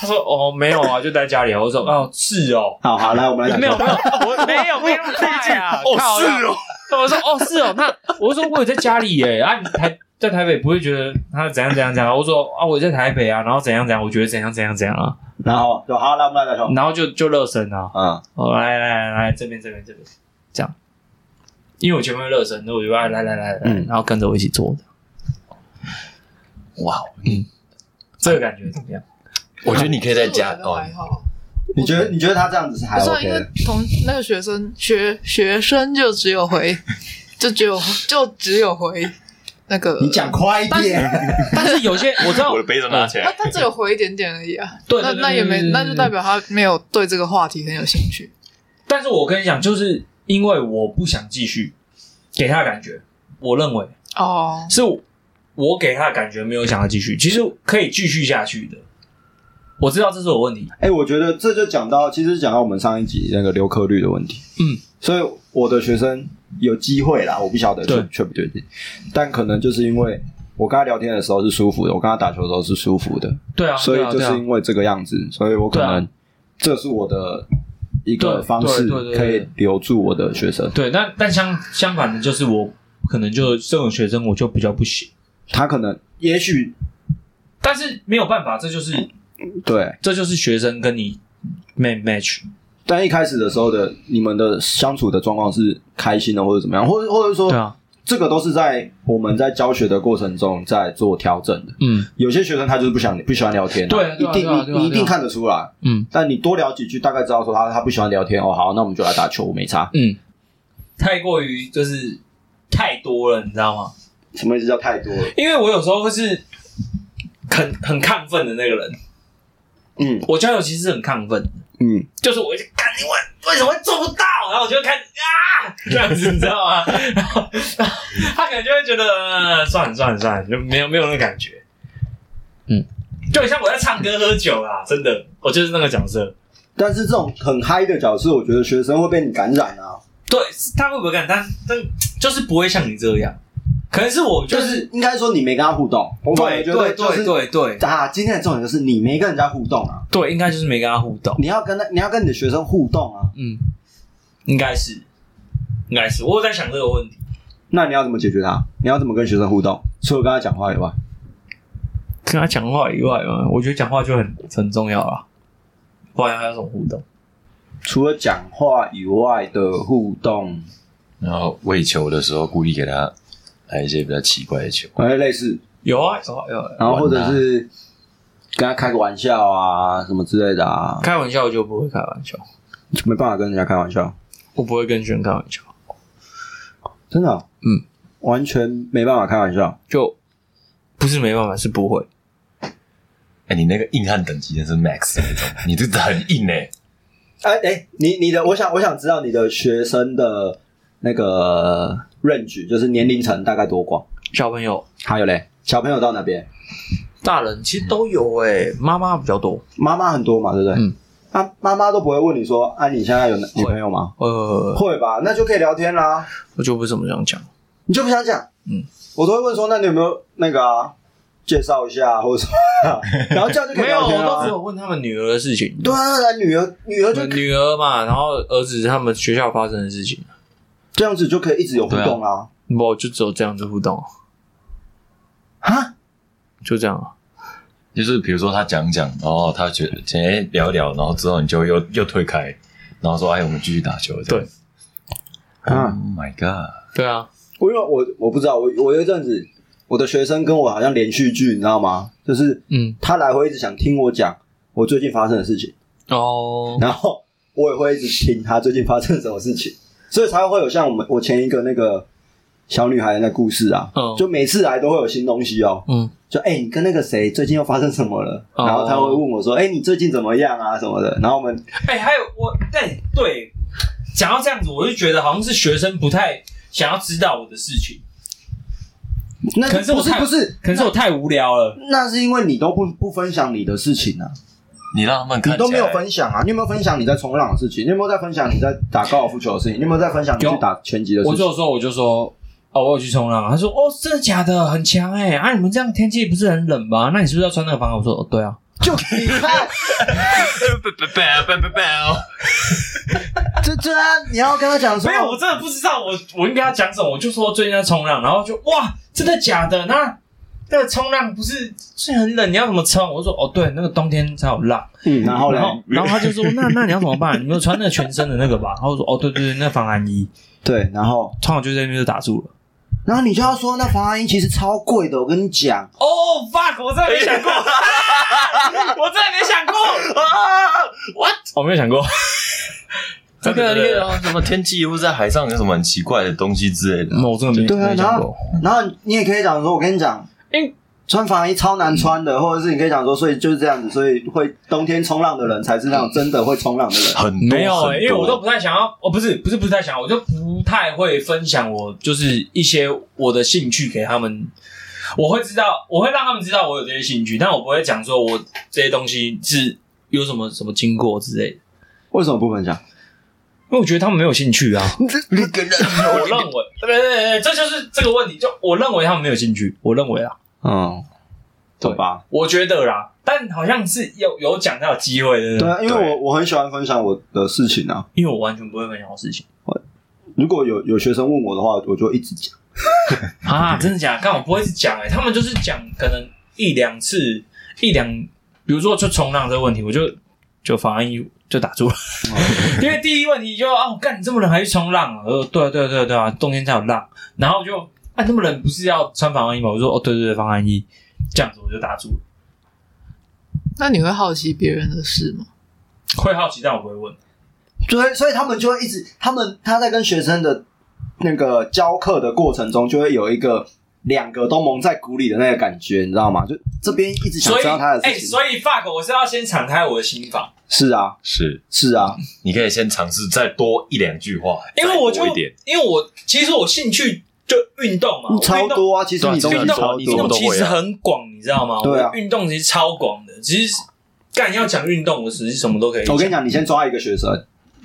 Speaker 2: 他说哦没有 啊，就待在家里啊。我说哦是哦。
Speaker 3: 好好，来我们来打球。
Speaker 2: 没有没有，我没 有没有带啊！靠
Speaker 1: 是哦，
Speaker 2: 我说哦是哦，那我就说我也在家里耶啊，你台在台北不会觉得他怎样怎样怎样？我说啊我在台北啊，然后怎样怎样，我觉得怎样怎样怎样啊，
Speaker 3: 然后就好，来我们来打球。
Speaker 2: 然后就就热身啊，
Speaker 3: 嗯，
Speaker 2: 哦来来来来这边这边这边这样，因为我前面会热身，那我就啊来来来来来，
Speaker 3: 嗯
Speaker 2: 然后跟着我一起做的，
Speaker 1: 哇，
Speaker 2: 这个感觉怎么 样？
Speaker 1: 我觉得你可以在家
Speaker 4: 我觉得
Speaker 1: 哦
Speaker 4: 还，好。
Speaker 3: 你觉得你觉得他这样子是还
Speaker 4: 不是啊
Speaker 2: 呃
Speaker 3: OK
Speaker 4: 因为
Speaker 3: 的？
Speaker 4: 同那个学生学学生就只有回，就只有就只有回那个
Speaker 3: 你讲快一点。
Speaker 2: 但是有些我知道
Speaker 1: 我的杯子拿起
Speaker 4: 啊他
Speaker 1: 来，
Speaker 4: 他只有回一点点而已啊。
Speaker 2: 对
Speaker 4: 那
Speaker 2: 对对
Speaker 4: 那也
Speaker 2: 对
Speaker 4: 没
Speaker 2: 对，
Speaker 4: 那就代表他没有对这个话题很有兴趣。
Speaker 2: 但是我跟你讲，就是因为我不想继续给他的感觉，我认为
Speaker 4: 哦，
Speaker 2: 是我给他的感觉没有想要继续，其实可以继续下去的。我知道这是我问题，
Speaker 3: 哎、我觉得这就讲到，其实讲到我们上一集那个留科率的问题。
Speaker 2: 嗯，
Speaker 3: 所以我的学生有机会啦，我不晓得
Speaker 2: 对
Speaker 3: 确确不确定，但可能就是因为我跟他聊天的时候是舒服的，我跟他打球的时候是舒服的，
Speaker 2: 对啊，
Speaker 3: 所以
Speaker 2: 对啊
Speaker 3: 就
Speaker 2: 对啊
Speaker 3: 是因为这个样子，所以我可
Speaker 2: 对啊
Speaker 3: 能这是我的一个
Speaker 2: 对
Speaker 3: 方式
Speaker 2: 对对对
Speaker 3: 可
Speaker 2: 对
Speaker 3: 以留住我的学生。
Speaker 2: 对，但但相相反的，就是我可能就这种学生，我就比较不行。
Speaker 3: 他可能也许
Speaker 2: 但是没有办法，这就是
Speaker 3: 对，
Speaker 2: 这就是学生跟你 match match。
Speaker 3: 但一开始的时候的你们的相处的状况是开心的，或者怎么样，或者或者说
Speaker 2: 对啊，
Speaker 3: 这个都是在我们在教学的过程中在做调整的。
Speaker 2: 嗯
Speaker 3: 有些学生他就是不想不喜欢聊天、
Speaker 2: 对啊对啊对啊
Speaker 3: 一定
Speaker 2: 对
Speaker 3: 你
Speaker 2: 啊
Speaker 3: 你一
Speaker 2: 对啊
Speaker 3: 定看得出来。
Speaker 2: 嗯
Speaker 3: 但你多聊几句，大概知道说他他不喜欢聊天哦。好，那我们就来打球，我没差。
Speaker 2: 嗯，太过于就是太多了，你知道吗？
Speaker 3: 什么意思叫太多了？
Speaker 2: 因为我有时候会是很很亢奋的那个人，
Speaker 3: 嗯
Speaker 2: 我交友其实是很亢奋的，
Speaker 3: 嗯，
Speaker 2: 就是我就看你为为什么会做不到，然后我就会开始啊这样子，你知道吗？ 然后然后他可能就会觉得、呃算了算了算了，就没有没有那个感觉，嗯，就很像我在唱歌喝酒啦，真的，我就是那个角色。
Speaker 3: 但是这种很嗨的角色，我觉得学生会被你感染啊。
Speaker 2: 对，是他会不会干？但但就是不会像你这样，可能是我就、
Speaker 3: 就是是应该说你没跟他互动，我反而
Speaker 2: 对
Speaker 3: 觉
Speaker 2: 对
Speaker 3: 得
Speaker 2: 对
Speaker 3: 就是
Speaker 2: 对对
Speaker 3: 啊，今天的重点就是你没跟人家互动啊，
Speaker 2: 对，应该就是没跟他互动。
Speaker 3: 你要跟他你要跟你的学生互动啊，
Speaker 2: 嗯，应该是，应该是。我有在想这个问题，
Speaker 3: 那你要怎么解决他？你要怎么跟学生互动？除了跟他讲话以外，
Speaker 2: 跟他呃讲话以外嘛，我觉得讲话就很很重要啊，不然要怎么互动？
Speaker 3: 除了讲话以外的互动，
Speaker 1: 然后喂球的时候故意给他来一些比较奇怪的球，
Speaker 3: 哎，类似，
Speaker 2: 有啊有啊有啊，
Speaker 3: 然后或者是跟他开个玩笑啊，什么之类的啊，
Speaker 2: 开玩笑我就不会开玩笑，
Speaker 3: 没办法跟人家开玩笑，
Speaker 2: 我不会跟学生开玩笑，
Speaker 3: 真的、哦
Speaker 2: 嗯，
Speaker 3: 完全没办法开玩笑。
Speaker 2: 就不是没办法，是不会。
Speaker 1: 哎、你那个硬汉等级真是 max 那种，你这很硬哎、
Speaker 3: 哎、哎、你你的，我想我想知道你的学生的那个 range，就是年龄层大概多广？
Speaker 2: 小朋友、
Speaker 3: 还有嘞，小朋友到哪边？
Speaker 2: 大人其实都有诶、妈妈比较多。
Speaker 3: 妈妈很多嘛，对不对？
Speaker 2: 嗯。
Speaker 3: 啊，妈妈都不会问你说，啊，你现在有男女朋友吗？
Speaker 2: 呃，
Speaker 3: 会吧，那就可以聊天啦。
Speaker 2: 我就不怎么想讲。
Speaker 3: 你就不想讲？
Speaker 2: 嗯，
Speaker 3: 我都会问说，那你有没有那个啊，介绍一下或者什么、 啊，然后这样就可以
Speaker 2: 没有，
Speaker 3: 聊
Speaker 2: 我
Speaker 3: 天
Speaker 2: 都只
Speaker 3: 啦。
Speaker 2: 有问他们女儿的事情。
Speaker 3: 对啊，那女儿女儿就
Speaker 2: 女儿嘛，然后儿子他们学校发生的事情，
Speaker 3: 这样子就可以一直有互动啊啦。
Speaker 2: 我就只有这样子互动，
Speaker 3: 啊，
Speaker 2: 就这样啊。
Speaker 1: 就是比如说他讲讲，然后他觉得哎、聊一聊，然后之后你就又又推开，然后说哎我们继续打球这样子。
Speaker 3: 啊
Speaker 1: ，Oh
Speaker 2: 嗯
Speaker 1: my god！
Speaker 2: 对啊，
Speaker 3: 我因为我我不知道，我我有一阵子我的学生跟我好像连续剧，你知道吗？就是
Speaker 2: 嗯，
Speaker 3: 他来回一直想听我讲我最近发生的事情，
Speaker 2: 哦，
Speaker 3: 然后我也会一直听他最近发生什么事情，所以才会有像我们我前一个那个小女孩的那故事啊，
Speaker 2: 嗯
Speaker 3: 就每次来都会有新东西哦。
Speaker 2: 嗯，
Speaker 3: 就哎、欸你跟那个谁最近又发生什么了？
Speaker 2: 哦
Speaker 3: 然后他会问我说，哎、你最近怎么样啊什么的。然后我们
Speaker 2: 哎、还有我，对对，讲到这样子，我就觉得好像是学生不太想要知道我的事情，
Speaker 3: 那
Speaker 2: 可是我
Speaker 3: 不是
Speaker 2: 看
Speaker 3: 不是，
Speaker 2: 可能是我太无聊了。
Speaker 3: 那是因为你都不不分享你的事情啊，
Speaker 1: 你让他们看
Speaker 3: 你
Speaker 1: 起来
Speaker 3: 都没有分享啊，你有没有分享你在冲浪的事情？你有没有在分享你在打高尔夫球的事情？你有没有在分享你
Speaker 2: 有
Speaker 3: 去打拳击的事
Speaker 2: 我
Speaker 3: 情？
Speaker 2: 就说，我就说，哦，我有去冲浪。他说，哦，真的假的？很强哎、啊，你们这样天气不是很冷吗？那你是不是要穿那个防寒？我说，哦，对啊。
Speaker 3: 就你看，这这啊，你要跟他讲说
Speaker 2: 没，有，我真的不知道我我应该要讲什么，我就说最近在冲浪，然后就哇，真的假的？那那个冲浪不是是很冷，你要怎么冲？我说哦，对，那个冬天才有浪。
Speaker 3: 嗯，然后嘞
Speaker 2: 然， 后然后他就说，那那你要怎么办？你没有穿那个全身的那个吧？然后我说哦，对对对，那防寒衣，
Speaker 3: 对，然后
Speaker 2: 穿好就在那边就打住了。
Speaker 3: 然后你就要说，那防寒衣其实超贵的，我跟你讲，
Speaker 2: 哦、fuck！我真的没想 过，啊我真的没想过
Speaker 1: 啊！
Speaker 2: 我哦没有想过。
Speaker 1: 真
Speaker 2: 真
Speaker 1: 的，
Speaker 2: 的
Speaker 1: 你
Speaker 2: 你
Speaker 1: 可
Speaker 2: 可
Speaker 1: 以
Speaker 2: 以
Speaker 1: 什么天气或者在海上有什么很奇怪的东西之类的。
Speaker 2: 我真的没
Speaker 3: 对啊
Speaker 2: 没
Speaker 3: 然
Speaker 2: 想
Speaker 3: 后
Speaker 2: 过。
Speaker 3: 然后你也可以讲说，我跟你讲，
Speaker 2: 因为嗯
Speaker 3: 穿防寒衣超难穿的，或者是你可以讲说，所以就是这样子，所以会冬天冲浪的人才是那种真的会冲浪的人。
Speaker 1: 很多
Speaker 2: 没有、欸，
Speaker 1: 很多
Speaker 2: 因为我都不太想要，哦，不是，不是不太想要，我就不太会分享我就是一些我的兴趣给他们。我会知道，我会让他们知道我有这些兴趣，但我不会讲说我这些东西是有什么什么经过之类的，
Speaker 3: 为什么不分享？
Speaker 2: 因为我觉得他们没有兴趣啊。我认为，对对对，这就是这个问题，就我认为他们没有兴趣，我认为啊，
Speaker 3: 嗯，
Speaker 2: 对
Speaker 3: 对吧？
Speaker 2: 我觉得啦，但好像是有有讲到机会的，
Speaker 3: 对啊，因为
Speaker 1: 对
Speaker 3: 我我很喜欢分享我的事情啊。
Speaker 2: 因为我完全不会分享我事情
Speaker 3: 如果有有学生问我的话，我就一直讲。
Speaker 2: 啊，真的假的？但我不会讲哎、欸，他们就是讲可能一两次，一两，比如说就冲浪这个问题，我就就防寒衣就打住了， 因为第一问题就哦，干你这么冷还去冲浪啊？我说对啊对啊对啊对啊，冬天才有浪，然后我就啊这么冷不是要穿防寒衣吗？我说哦对对对防寒衣，这样子我就打住了，
Speaker 4: 那你会好奇别人的事吗？
Speaker 2: 会好奇但我不会问，
Speaker 3: 对，所以他们就会一直，他们他在跟学生的那个教课的过程中，就会有一个两个都蒙在鼓里的那个感觉，你知道吗？就这边一直想
Speaker 2: 所以
Speaker 3: 知道他的
Speaker 2: 哎、
Speaker 3: 事情。
Speaker 2: 所以 fuck 我是要先敞开我的心房，
Speaker 3: 是啊，
Speaker 1: 是，
Speaker 3: 是啊，
Speaker 1: 你可以先尝试再多一两句话，
Speaker 2: 因为我
Speaker 1: 再
Speaker 2: 就
Speaker 1: 多一点，
Speaker 2: 因为我其实我兴趣就运动嘛，我
Speaker 3: 超
Speaker 2: 运动
Speaker 3: 多啊，其实你东西
Speaker 1: 对啊
Speaker 2: 运动
Speaker 3: 超
Speaker 1: 你
Speaker 2: 运
Speaker 1: 怎
Speaker 2: 动
Speaker 1: 么都
Speaker 3: 多。
Speaker 1: 会
Speaker 2: 其
Speaker 1: 啊
Speaker 2: 实很广，你知道吗？
Speaker 3: 对啊
Speaker 2: 我运动其实超广的。其实干要讲运动，我实际什么都可以。
Speaker 3: 我跟你，讲，你先抓一个学生，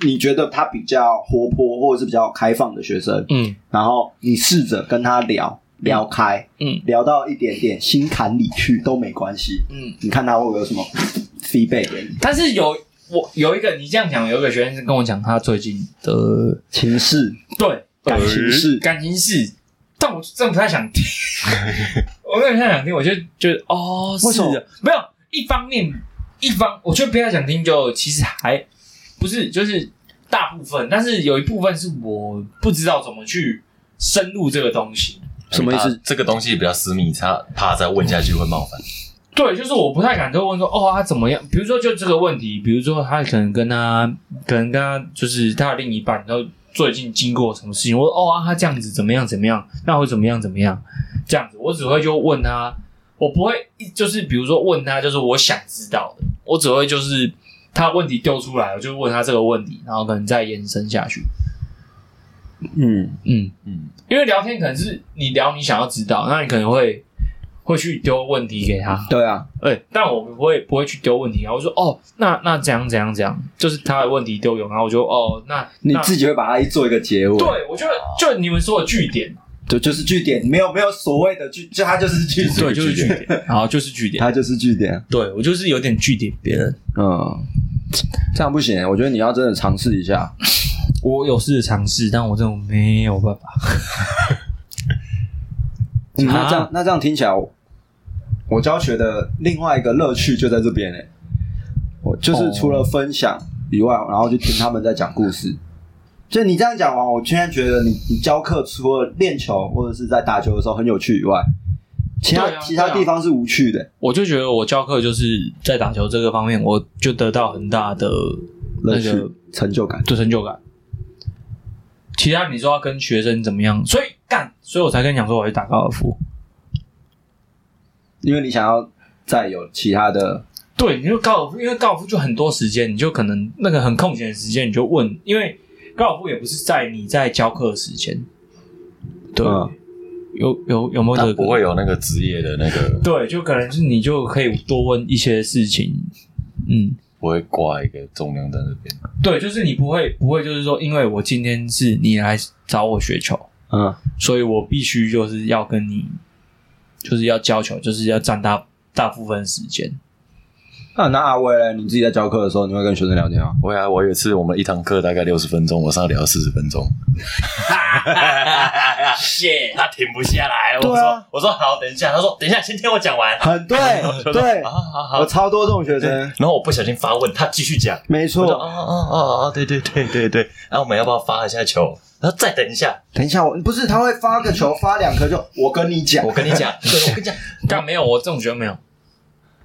Speaker 3: 你觉得他比较活泼或者是比较开放的学生，
Speaker 2: 嗯，
Speaker 3: 然后你试着跟他聊聊开，
Speaker 2: 嗯，
Speaker 3: 聊到一点点心坎里去都没关系。
Speaker 2: 嗯，
Speaker 3: 你看他会不会有什么 feedback 给你？
Speaker 2: 但是有我有一个，你这样讲，有一个学生是跟我讲他最近的
Speaker 3: 情势、
Speaker 2: 对
Speaker 3: 感情事，
Speaker 2: 感情事，但我真的不太想 听，我没有太想听，我就觉得哦，
Speaker 3: 为什么
Speaker 2: 是的没有一方面一方，我觉得不太想听就，其实还不是，就是大部分，但是有一部分是我不知道怎么去深入这个东西。
Speaker 3: 什么意思
Speaker 1: 怕？哎这个东西比较私密，他怕再问下去会冒犯。
Speaker 2: 对，就是我不太敢就问说，哦，他怎么样？比如说，就这个问题，比如说他可能跟他，可能跟他就是他的另一半，然后最近经过什么事情，我说哦啊，他这样子怎么样怎么样，那会怎么样怎么样，这样子，我只会就问他，我不会一就是比如说问他，就是我想知道的，我只会就是他问题丢出来，我就问他这个问题，然后可能再延伸下去，
Speaker 3: 嗯，
Speaker 2: 嗯。
Speaker 1: 嗯，
Speaker 2: 因为聊天可能是你聊你想要知道，那你可能会会去丢问题给他，
Speaker 3: 对啊，
Speaker 2: 哎、但我不会不会去丢问题啊，我说哦，那那怎样怎样怎样，就是他的问题丢给我，然后我就哦，那
Speaker 3: 你
Speaker 2: 那
Speaker 3: 自己会把它一做一个结尾，
Speaker 2: 对我就就你们说的据点，
Speaker 3: 对，就是据点，没有没有所谓的据，就它就是据点，
Speaker 2: 对，就是据点，好，就是据点，
Speaker 3: 它就是据点，
Speaker 2: 对我就是有点据点别人，
Speaker 3: 嗯，这样不行，欸我觉得你要真的尝试一下，
Speaker 2: 我有试着尝试，但我这种没有办法，
Speaker 3: 嗯那
Speaker 2: 啊
Speaker 3: 这样那这样听起来，我教学的另外一个乐趣就在这边嘞，我就是除了分享以外，然后就听他们在讲故事。就你这样讲啊完，我现在觉得你你教课除了练球或者是在打球的时候很有趣以外，其他、
Speaker 2: 对啊
Speaker 3: 其他
Speaker 2: 对啊
Speaker 3: 地方是无趣的。
Speaker 2: 我就觉得我教课就是在打球这个方面，我就得到很大的
Speaker 3: 乐
Speaker 2: 那
Speaker 3: 趣、
Speaker 2: 个
Speaker 3: 成就感。
Speaker 2: 就成就感。其他你说要跟学生怎么样，所以干，所以我才跟你讲说我去打高尔夫。
Speaker 3: 因为你想要再有其他的，
Speaker 2: 对，你就高尔夫，因为高尔夫就很多时间，你就可能那个很空闲的时间，你就问，因为高尔夫也不是在你在教课的时间。对，
Speaker 3: 嗯
Speaker 2: 有有有没有这
Speaker 1: 他
Speaker 2: 个？
Speaker 1: 不会。有那个职业的那个，
Speaker 2: 对，就可能是你就可以多问一些事情。嗯，
Speaker 1: 不会挂一个重量在那边。
Speaker 2: 对，就是你不会不会就是说，因为我今天是你来找我学球，
Speaker 3: 嗯，
Speaker 2: 所以我必须就是要跟你，就是要教球，就是要占大大部分时间。
Speaker 3: 啊那那阿威呢？你自己在教课的时候，你会跟学生聊天 吗？
Speaker 1: 我啊，我有一次我们一堂课大概六十分钟，我上聊四十分钟，
Speaker 2: 谢，
Speaker 1: 他停不下来。我
Speaker 3: 对啊
Speaker 1: 我说好，等一下。他说等一下，先听我讲完。啊
Speaker 3: 很对，对，
Speaker 1: 好
Speaker 3: 我。超多这种学生，
Speaker 1: 然后我不小心发问，他继续讲。
Speaker 3: 没
Speaker 1: 我说
Speaker 3: 错。
Speaker 1: 哦哦哦哦，对对对对对。然后我们要不要发一下球？然后再等一下，
Speaker 3: 等一下，我不是他会发个球，发两颗就我跟你讲
Speaker 1: 我，跟你讲， 对我跟你讲，
Speaker 2: 但没有，我这种觉得没有。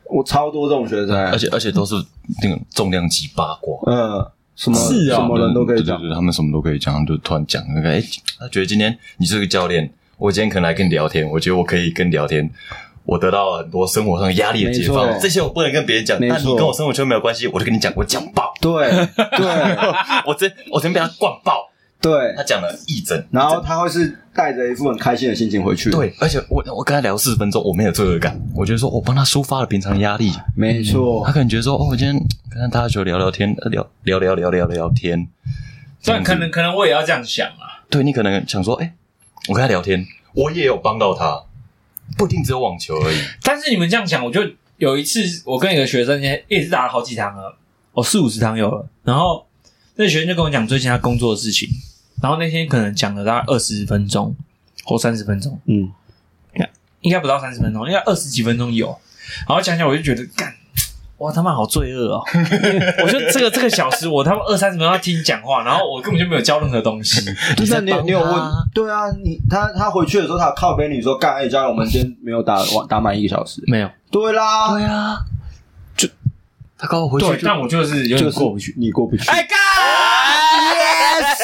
Speaker 3: 我超多这种学
Speaker 1: 而
Speaker 3: 生，
Speaker 1: 且而且都是那种重量级八卦。
Speaker 3: 嗯，什么
Speaker 2: 是啊
Speaker 3: 什么人都可以讲
Speaker 1: 对，对对他们什么都可以讲，他们就突然讲那个，哎，他觉得今天你是个教练，我今天可能来跟你聊天，我觉得我可以跟你聊天，我得到了很多生活上的压力的解
Speaker 3: 没
Speaker 1: 放，
Speaker 3: 错
Speaker 1: 这些我不能跟别人讲，
Speaker 3: 没错
Speaker 1: 但你跟我生活圈没有关系，我就跟你讲，我讲爆，
Speaker 3: 对对
Speaker 1: 我真我真被他灌爆，
Speaker 3: 对
Speaker 1: 他，讲了一整，
Speaker 3: 然
Speaker 1: 一
Speaker 3: 后
Speaker 1: 整
Speaker 3: 他会是带着一副很开心的心情回去，，
Speaker 1: 对，而且我我跟他聊四十分钟，我没有罪恶感，我觉得说我帮他抒发了平常压力，
Speaker 3: 没错
Speaker 1: 他，可能觉得说哦，我今天跟他打球聊聊天，聊聊聊聊聊聊天，这样
Speaker 2: 但
Speaker 1: 子
Speaker 2: 可能可能我也要这样想啊。
Speaker 1: 对你可能想说，哎、我跟他聊天，我也有帮到他，不一定只有网球而已。
Speaker 2: 但是你们这样讲，我就有一次我跟一个学生也也是打了好几堂了，哦，四五十堂有了。然后那学生就跟我讲最近他工作的事情，然后那天可能讲了大概二十分钟或三十分钟。
Speaker 3: 嗯，
Speaker 2: 应该不到三十分钟，应该二十几分钟有。然后讲讲，我就觉得干，哇他妈好罪恶哦！ 我就这个这个小时，我他妈二三十分钟要听你讲话，然后我根本就没有教任何东西。
Speaker 3: 嗯就
Speaker 1: 在
Speaker 3: 是你有
Speaker 1: 帮
Speaker 3: 你有
Speaker 1: 他
Speaker 3: 问，对啊，你他他回去的时候，他有靠背你说，干，哎，教练，我们今天没有打完打满一个小时，
Speaker 2: 没有
Speaker 3: 对啦，
Speaker 1: 啊，就他刚好回
Speaker 2: 对，但我就是有
Speaker 3: 就
Speaker 2: 点
Speaker 3: 是
Speaker 2: 过不去。
Speaker 3: 你过不去，
Speaker 2: 哎干！
Speaker 3: yes，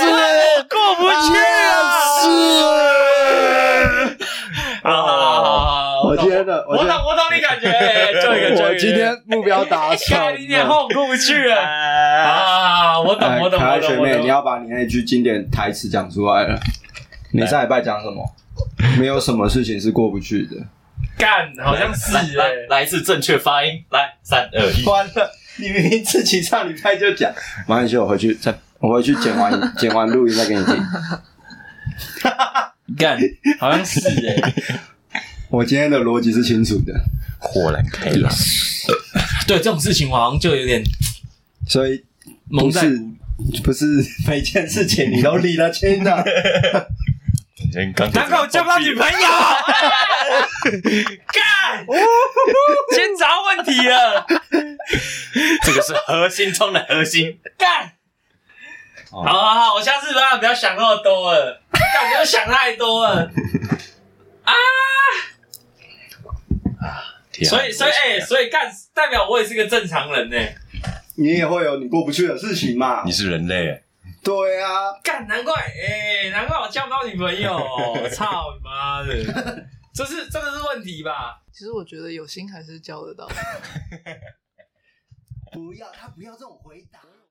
Speaker 2: 过不去
Speaker 3: 啊是
Speaker 2: 啊！
Speaker 3: 我今天的，
Speaker 2: 我懂
Speaker 3: 今天
Speaker 2: 我懂你感觉，就一个
Speaker 3: 我今天目标达成
Speaker 2: 看
Speaker 3: 了。
Speaker 2: 你脸后过不去了啊！我懂
Speaker 3: 哎
Speaker 2: 我懂
Speaker 3: 可爱
Speaker 2: 我
Speaker 3: 学
Speaker 2: 懂我
Speaker 3: 妹，你
Speaker 2: 懂。
Speaker 3: 要把你那句经典台词讲出来了。你上礼拜讲什么？没有什么事情是过不去的。
Speaker 2: 干，好像是
Speaker 1: 来
Speaker 2: 哎。
Speaker 1: 来一次正确发音，来三二一，
Speaker 3: 完了，你明明自己上礼拜就讲。马上去，我回去再，我回去剪 完剪完录音再给你听。
Speaker 2: 干，好像是哎、
Speaker 3: 我今天的逻辑是清楚的，
Speaker 1: 豁然开 朗。
Speaker 2: 对这种事情，我好像就有点
Speaker 3: 所以
Speaker 2: 蒙
Speaker 3: 不
Speaker 2: 在
Speaker 3: 是不是每件事情你都理得清的。
Speaker 1: 你今天刚
Speaker 2: 难怪我交不到女朋友。干，先找问题了。
Speaker 1: 这个是核心中的核心。
Speaker 2: 干，好好好，我下次不要不要想那么多了，干不要想太多了。
Speaker 1: 天 啊
Speaker 2: 所以所以哎、所以干代表我也是个正常人呢、
Speaker 3: 你也会有你过不去的事情嘛
Speaker 1: 你？是人类欸，
Speaker 3: 对啊，
Speaker 2: 干难怪哎、难怪我交不到女朋友，操你妈的！这是这个是问题吧？
Speaker 4: 其实我觉得有心还是交得到。
Speaker 3: 不要他不要这种回答。